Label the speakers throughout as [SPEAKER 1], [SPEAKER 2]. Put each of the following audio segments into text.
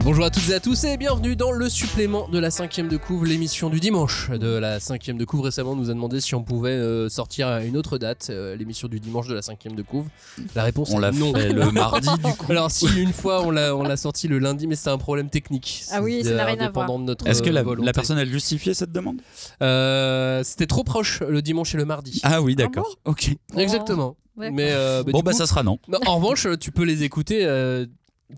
[SPEAKER 1] Bonjour à toutes et à tous et bienvenue dans le supplément de la cinquième de couvre, l'émission du dimanche de la cinquième de couvre. Récemment, on nous a demandé si on pouvait euh, sortir à une autre date euh, l'émission du dimanche de la cinquième de couvre. La réponse
[SPEAKER 2] On
[SPEAKER 1] est
[SPEAKER 2] l'a
[SPEAKER 1] non.
[SPEAKER 2] fait le mardi, du coup.
[SPEAKER 1] Alors si une fois on l'a on l'a sorti le lundi, mais c'était un problème technique.
[SPEAKER 3] Ah oui, ça
[SPEAKER 1] C'est euh,
[SPEAKER 3] n'a rien à
[SPEAKER 1] indépendant de notre.
[SPEAKER 2] Est-ce que la,
[SPEAKER 1] euh, volonté.
[SPEAKER 2] la personne a justifié cette demande
[SPEAKER 1] Euh, c'était trop proche le dimanche et le mardi.
[SPEAKER 2] Ah oui,
[SPEAKER 3] d'accord.
[SPEAKER 2] d'accord. ok.
[SPEAKER 1] Exactement.
[SPEAKER 3] Ouais.
[SPEAKER 1] Mais euh, bah,
[SPEAKER 2] Bon,
[SPEAKER 1] du
[SPEAKER 2] bah
[SPEAKER 1] coup,
[SPEAKER 2] ça sera non.
[SPEAKER 1] non, en revanche, tu peux les écouter. euh,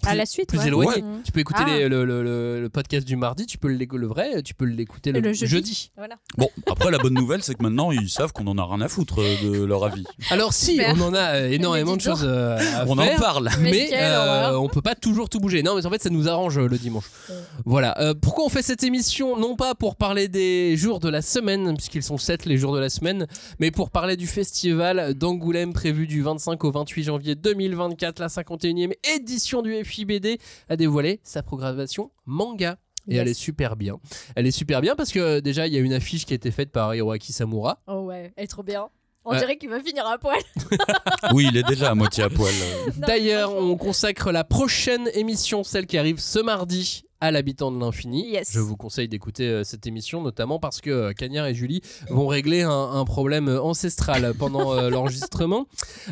[SPEAKER 1] plus-
[SPEAKER 3] À la suite,
[SPEAKER 1] plus
[SPEAKER 3] ouais.
[SPEAKER 1] éloigné.
[SPEAKER 2] Ouais.
[SPEAKER 3] Mhm.
[SPEAKER 1] Tu peux écouter
[SPEAKER 3] Ah.
[SPEAKER 1] les- le, le- le- le podcast du mardi, tu peux l'écouter le vrai, tu peux l'écouter le,
[SPEAKER 3] Et le jeudi. Voilà.
[SPEAKER 2] Bon, après la bonne nouvelle, c'est que maintenant ils savent qu'on en a rien à foutre euh, de leur avis.
[SPEAKER 1] Alors si,
[SPEAKER 3] Super.
[SPEAKER 1] on en a euh, énormément de
[SPEAKER 3] dis donc.
[SPEAKER 1] choses euh, à
[SPEAKER 2] On en
[SPEAKER 1] faire.
[SPEAKER 2] parle.
[SPEAKER 3] Mais
[SPEAKER 1] Mais
[SPEAKER 3] quelle
[SPEAKER 1] euh,
[SPEAKER 3] horreur.
[SPEAKER 1] on peut pas toujours tout bouger. Non, mais en fait, ça nous arrange euh, le dimanche.
[SPEAKER 3] Ouais.
[SPEAKER 1] Voilà. Euh, pourquoi on fait cette émission Non pas pour parler des jours de la semaine, puisqu'ils sont 7 les jours de la semaine, mais pour parler du festival d'Angoulême prévu du 25 au 28 janvier 2024. La 51e édition du FIBD a dévoilé sa programmation manga. Et
[SPEAKER 3] Yes.
[SPEAKER 1] elle est super bien. Elle est super bien parce que euh, déjà, il y a une affiche qui a été faite par Hiroaki Samura.
[SPEAKER 3] Oh ouais, elle est trop bien. On
[SPEAKER 1] Ouais.
[SPEAKER 3] dirait qu'il va finir à poil.
[SPEAKER 2] Oui, il est déjà à moitié à poil. euh.
[SPEAKER 3] Non,
[SPEAKER 1] D'ailleurs,
[SPEAKER 3] franchement.
[SPEAKER 1] on consacre la prochaine émission, celle qui arrive ce mardi, à l'habitant de l'infini.
[SPEAKER 3] Yes.
[SPEAKER 1] Je vous conseille d'écouter euh, cette émission, notamment parce que euh, Cagnard et Julie vont régler un, un problème euh, ancestral pendant euh, l'enregistrement.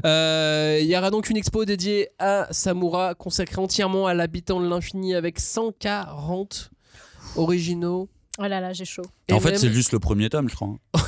[SPEAKER 1] Euh, Il y aura donc une expo dédiée à Samura, consacrée entièrement à l'habitant de l'infini, avec 140 originaux.
[SPEAKER 3] Oh là là, j'ai chaud.
[SPEAKER 1] Et
[SPEAKER 2] En fait,
[SPEAKER 1] même-
[SPEAKER 2] c'est juste le premier tome, je crois. hein.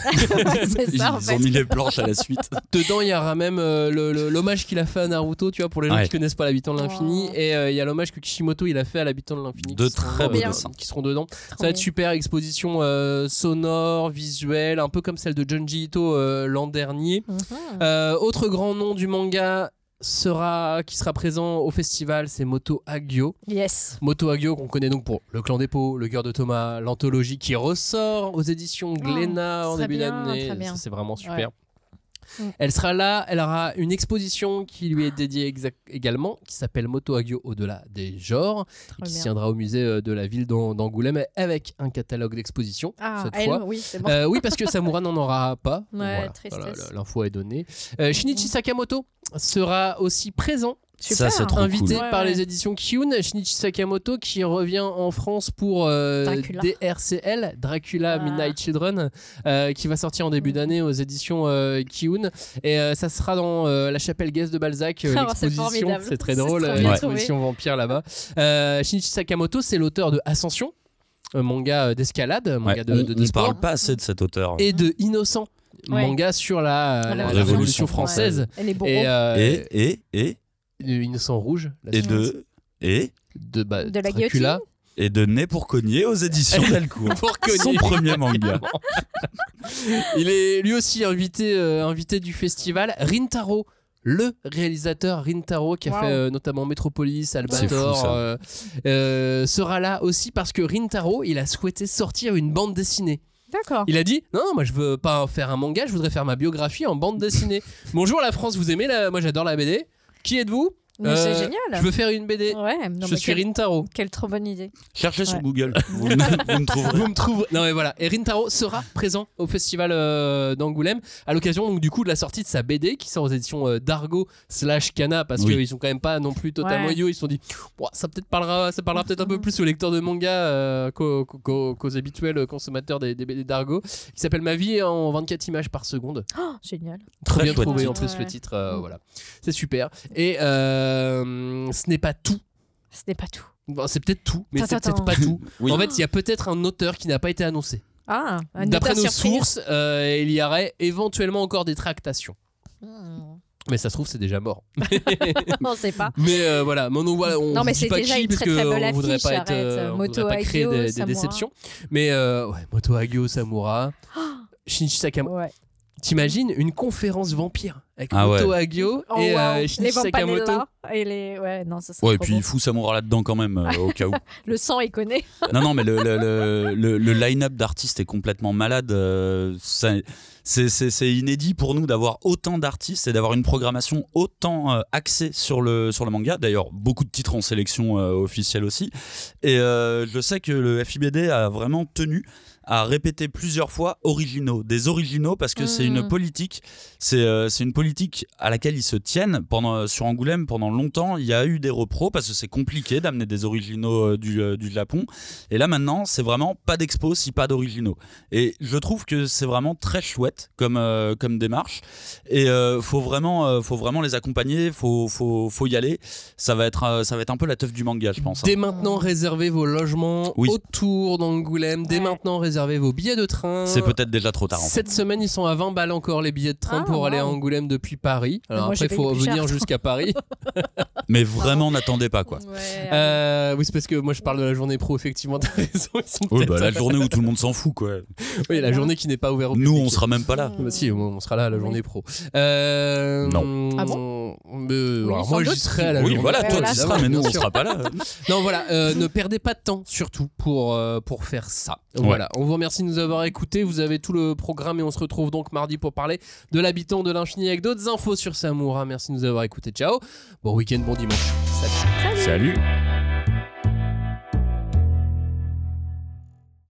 [SPEAKER 3] c'est
[SPEAKER 2] Ils
[SPEAKER 3] ça, en
[SPEAKER 2] ils ont
[SPEAKER 3] fait.
[SPEAKER 2] mis les planches à la suite.
[SPEAKER 1] Dedans, il y aura même euh, le- le- l'hommage qu'il a fait à Naruto, tu vois, pour les gens
[SPEAKER 2] Ouais.
[SPEAKER 1] qui connaissent pas l'habitant de l'infini.
[SPEAKER 3] Oh.
[SPEAKER 1] Et euh, il y a l'hommage que Kishimoto il a fait à l'habitant de l'infini.
[SPEAKER 2] De
[SPEAKER 1] qui seront, euh,
[SPEAKER 2] très
[SPEAKER 3] beaux
[SPEAKER 2] dessins.
[SPEAKER 1] Qui seront dedans. Ça va être super, exposition euh, sonore, visuelle, un peu comme celle de Junji Ito euh, l'an dernier.
[SPEAKER 3] Mhm.
[SPEAKER 1] Euh, autre grand nom du manga sera qui sera présent au festival, c'est Moto Agio.
[SPEAKER 3] Yes.
[SPEAKER 1] Moto Agio qu'on connaît donc pour Le Clan des Pots, Le Cœur de Thomas, l'anthologie qui ressort aux éditions Glénat en
[SPEAKER 3] Oh, très
[SPEAKER 1] début
[SPEAKER 3] bien,
[SPEAKER 1] d'année.
[SPEAKER 3] très bien.
[SPEAKER 1] Ça, C'est vraiment super.
[SPEAKER 3] Mm.
[SPEAKER 1] Elle sera là, elle aura une exposition qui lui est dédiée exac- également, qui s'appelle Moto Agio au-delà des genres, et
[SPEAKER 3] Trop
[SPEAKER 1] qui se
[SPEAKER 3] bien.
[SPEAKER 1] tiendra au musée euh, de la ville d'An- d'Angoulême avec un catalogue d'exposition
[SPEAKER 3] Ah,
[SPEAKER 1] cette
[SPEAKER 3] elle,
[SPEAKER 1] fois.
[SPEAKER 3] oui, c'est bon.
[SPEAKER 1] Euh, oui, parce que Samura n'en aura pas.
[SPEAKER 3] Ouais,
[SPEAKER 1] Voilà,
[SPEAKER 3] tristesse. Mm.
[SPEAKER 1] voilà, L'info est donnée. Euh, Shinichi Sakamoto sera aussi présent
[SPEAKER 3] Super.
[SPEAKER 2] Ça, c'est trop
[SPEAKER 1] invité
[SPEAKER 2] cool.
[SPEAKER 3] Ouais,
[SPEAKER 1] par
[SPEAKER 3] ouais.
[SPEAKER 1] les éditions Kiyun, Shinichi Sakamoto qui revient en France pour euh,
[SPEAKER 3] Dracula.
[SPEAKER 1] DRCL, Dracula
[SPEAKER 3] Ah.
[SPEAKER 1] Midnight Children, euh, qui va sortir en début
[SPEAKER 3] Mm.
[SPEAKER 1] d'année aux éditions euh, Kiyun. Et euh, ça sera dans euh, la chapelle Guest de Balzac, euh,
[SPEAKER 3] Ah, c'est
[SPEAKER 1] l'exposition.
[SPEAKER 3] formidable.
[SPEAKER 1] C'est très
[SPEAKER 3] C'est
[SPEAKER 1] drôle,
[SPEAKER 3] trop
[SPEAKER 1] euh,
[SPEAKER 3] bien
[SPEAKER 1] l'exposition vampire là-bas. Euh, Shinichi Sakamoto, c'est l'auteur de Ascension, un manga euh, d'escalade, un manga
[SPEAKER 2] Ouais,
[SPEAKER 1] de,
[SPEAKER 2] on-
[SPEAKER 1] de- de
[SPEAKER 2] on ne
[SPEAKER 1] sport,
[SPEAKER 2] parle pas assez de cet auteur.
[SPEAKER 1] et de Innocent,
[SPEAKER 3] Ouais.
[SPEAKER 1] manga sur la, la- la
[SPEAKER 2] Révolution
[SPEAKER 1] Révolution française.
[SPEAKER 3] Elle est beau.
[SPEAKER 1] Et, euh,
[SPEAKER 2] Et, et, et,
[SPEAKER 1] de Innocent Rouge, la
[SPEAKER 2] et
[SPEAKER 1] suite
[SPEAKER 2] de. Et,
[SPEAKER 1] de, bah,
[SPEAKER 3] De la
[SPEAKER 1] Dracula.
[SPEAKER 2] et de Nez pour cogner aux éditions Delcourt.
[SPEAKER 1] Pour
[SPEAKER 3] Ah,
[SPEAKER 2] Son
[SPEAKER 1] cogner.
[SPEAKER 2] premier manga.
[SPEAKER 1] Il est lui aussi invité, euh, invité du festival. Rintaro, le réalisateur Rintaro, qui a
[SPEAKER 3] Wow.
[SPEAKER 1] fait euh, notamment Metropolis,
[SPEAKER 2] fou,
[SPEAKER 1] Albator,
[SPEAKER 2] ça.
[SPEAKER 1] euh, euh, sera là aussi parce que Rintaro, il a souhaité sortir une bande dessinée.
[SPEAKER 3] D'accord.
[SPEAKER 1] Il a dit Non, non, moi je veux pas faire un manga, je voudrais faire ma biographie en bande dessinée. Bonjour la France, vous aimez la... Moi j'adore la BD. Qui êtes-vous
[SPEAKER 3] Mais c'est
[SPEAKER 1] Euh, Je
[SPEAKER 3] génial.
[SPEAKER 1] veux faire une BD.
[SPEAKER 3] Ouais, non,
[SPEAKER 1] je
[SPEAKER 3] mais
[SPEAKER 1] suis
[SPEAKER 3] quelle,
[SPEAKER 1] Rintaro.
[SPEAKER 3] quelle trop bonne idée.
[SPEAKER 2] Cherchez sur
[SPEAKER 3] Ouais.
[SPEAKER 2] Google. Vous me, vous me trouverez.
[SPEAKER 1] Vous me trouverez. Non mais voilà, et Rintaro sera présent au festival euh, d'Angoulême à l'occasion donc du coup de la sortie de sa BD qui sort aux éditions euh, Dargo slash Cana parce
[SPEAKER 2] Oui.
[SPEAKER 1] qu'ils sont quand même pas non plus totalement
[SPEAKER 3] Ouais.
[SPEAKER 1] idiots. Ils se sont dit Ouah, ça peut-être parlera, ça parlera peut-être un peu plus aux lecteurs de manga euh, qu'aux, qu'aux- qu'aux habituels consommateurs des, des BD Dargo qui s'appelle Ma vie en 24 images par seconde.
[SPEAKER 3] Oh, génial.
[SPEAKER 1] Très
[SPEAKER 2] Très
[SPEAKER 1] bien
[SPEAKER 2] chouette
[SPEAKER 1] trouvé en
[SPEAKER 3] titre.
[SPEAKER 1] plus le
[SPEAKER 3] Ouais.
[SPEAKER 1] titre, euh,
[SPEAKER 3] Mm.
[SPEAKER 1] voilà, c'est super. Et euh, ce n'est pas tout.
[SPEAKER 3] Ce n'est pas tout.
[SPEAKER 1] Bon, c'est peut-être tout, mais
[SPEAKER 3] Attends,
[SPEAKER 1] c'est peut-être
[SPEAKER 3] attends.
[SPEAKER 1] pas tout.
[SPEAKER 2] Oui.
[SPEAKER 1] En fait, il y a peut-être un auteur qui n'a pas été annoncé.
[SPEAKER 3] Ah, un
[SPEAKER 1] D'après
[SPEAKER 3] auteur
[SPEAKER 1] nos
[SPEAKER 3] surprise.
[SPEAKER 1] sources, euh, il y aurait éventuellement encore des tractations.
[SPEAKER 3] Hmm.
[SPEAKER 1] Mais ça se trouve, c'est déjà mort.
[SPEAKER 3] On ne sait pas.
[SPEAKER 1] Mais euh, voilà, mais on, voilà, on
[SPEAKER 3] Non, mais
[SPEAKER 1] dit
[SPEAKER 3] c'est
[SPEAKER 1] pas
[SPEAKER 3] déjà
[SPEAKER 1] qui,
[SPEAKER 3] une
[SPEAKER 1] parce
[SPEAKER 3] très, très
[SPEAKER 1] que
[SPEAKER 3] belle
[SPEAKER 1] on voudrait pas
[SPEAKER 3] affiche,
[SPEAKER 1] être, euh,
[SPEAKER 3] arrête.
[SPEAKER 1] on
[SPEAKER 3] Moto
[SPEAKER 1] voudrait pas créer
[SPEAKER 3] Agio,
[SPEAKER 1] des- des,
[SPEAKER 3] Samura.
[SPEAKER 1] déceptions. Mais euh, ouais, Moto Agio, Samura, Shinichi Sakamoto.
[SPEAKER 3] Ouais.
[SPEAKER 1] T'imagines une conférence vampire avec
[SPEAKER 2] Ah ouais.
[SPEAKER 1] Moto Agio
[SPEAKER 3] Oh,
[SPEAKER 1] et euh,
[SPEAKER 3] wow. les
[SPEAKER 1] Shinichi
[SPEAKER 3] Vampanella
[SPEAKER 1] Sakamoto.
[SPEAKER 3] et les ouais non ça serait
[SPEAKER 2] Ouais, et
[SPEAKER 3] trop
[SPEAKER 2] puis
[SPEAKER 3] beau.
[SPEAKER 2] il fout Samoura là-dedans quand même, euh, au cas où.
[SPEAKER 3] le sang il connaît
[SPEAKER 2] Non, non, mais le, le, le- le- le line-up d'artistes est complètement malade. euh, ça- c'est- C'est c'est inédit pour nous d'avoir autant d'artistes et d'avoir une programmation autant euh, axée sur le, sur le manga. D'ailleurs, beaucoup de titres en sélection euh, officielle aussi. Et euh, je sais que le FIBD a vraiment tenu à répéter plusieurs fois originaux, des originaux parce que c'est une
[SPEAKER 3] Mm.
[SPEAKER 2] politique, c'est euh, c'est une politique à laquelle ils se tiennent pendant euh, sur Angoulême pendant longtemps. Il y a eu des repros parce que c'est compliqué d'amener des originaux euh, du, euh, du Japon. Et là maintenant, c'est vraiment pas d'expo si pas d'originaux. Et je trouve que c'est vraiment très chouette comme euh, comme démarche. Et euh, faut vraiment euh, faut vraiment les accompagner, faut faut faut y aller. Ça va être euh, ça va être un peu la teuf du manga, je pense. hein.
[SPEAKER 1] Dès maintenant, réservez vos logements
[SPEAKER 2] Oui.
[SPEAKER 1] autour d'Angoulême. Dès
[SPEAKER 3] Ouais.
[SPEAKER 1] maintenant, réservez vos billets de train.
[SPEAKER 2] C'est peut-être déjà trop tard. en fait.
[SPEAKER 1] Cette semaine, ils sont à 20 balles encore les billets de train
[SPEAKER 3] Ah,
[SPEAKER 1] pour aller à
[SPEAKER 3] wow.
[SPEAKER 1] Angoulême depuis Paris. Alors
[SPEAKER 3] moi, j'ai
[SPEAKER 1] après, il
[SPEAKER 3] payé
[SPEAKER 1] faut
[SPEAKER 3] plus cher,
[SPEAKER 1] venir
[SPEAKER 3] attends.
[SPEAKER 1] jusqu'à Paris.
[SPEAKER 2] Mais vraiment, n'attendez pas quoi.
[SPEAKER 3] Ouais,
[SPEAKER 1] Euh, oui, c'est parce que moi, je parle de la journée pro, effectivement, t'as raison. Ils sont
[SPEAKER 2] Oui,
[SPEAKER 1] peut-être-
[SPEAKER 2] bah, la journée où tout le monde s'en fout, quoi.
[SPEAKER 1] Oui, la journée qui n'est pas ouverte. au
[SPEAKER 2] Nous,
[SPEAKER 1] public.
[SPEAKER 2] on sera même pas là.
[SPEAKER 1] Bah si, on on sera là à la
[SPEAKER 3] Oui.
[SPEAKER 1] journée pro. Euh,
[SPEAKER 2] Non.
[SPEAKER 3] Ah
[SPEAKER 1] euh,
[SPEAKER 3] Oui,
[SPEAKER 1] alors
[SPEAKER 3] sans
[SPEAKER 1] moi, j'y
[SPEAKER 3] doute.
[SPEAKER 1] serai à la
[SPEAKER 2] Oui,
[SPEAKER 1] journée
[SPEAKER 2] voilà,
[SPEAKER 1] pro,
[SPEAKER 2] toi,
[SPEAKER 3] Voilà,
[SPEAKER 2] tu
[SPEAKER 1] évidemment,
[SPEAKER 2] seras, mais nous,
[SPEAKER 1] bien
[SPEAKER 2] on
[SPEAKER 1] sûr.
[SPEAKER 2] sera pas là.
[SPEAKER 1] Non, voilà, euh, ne perdez pas de temps, surtout, pour, euh, pour faire ça. Voilà, on vous remercie de nous avoir écoutés. Vous avez tout le programme et on se retrouve donc mardi pour parler de l'habitant de l'infini avec d'autres infos sur Samura. Merci de nous avoir écoutés. Ciao. Bon week-end, bon dimanche. Salut.
[SPEAKER 3] Salut.
[SPEAKER 2] Salut.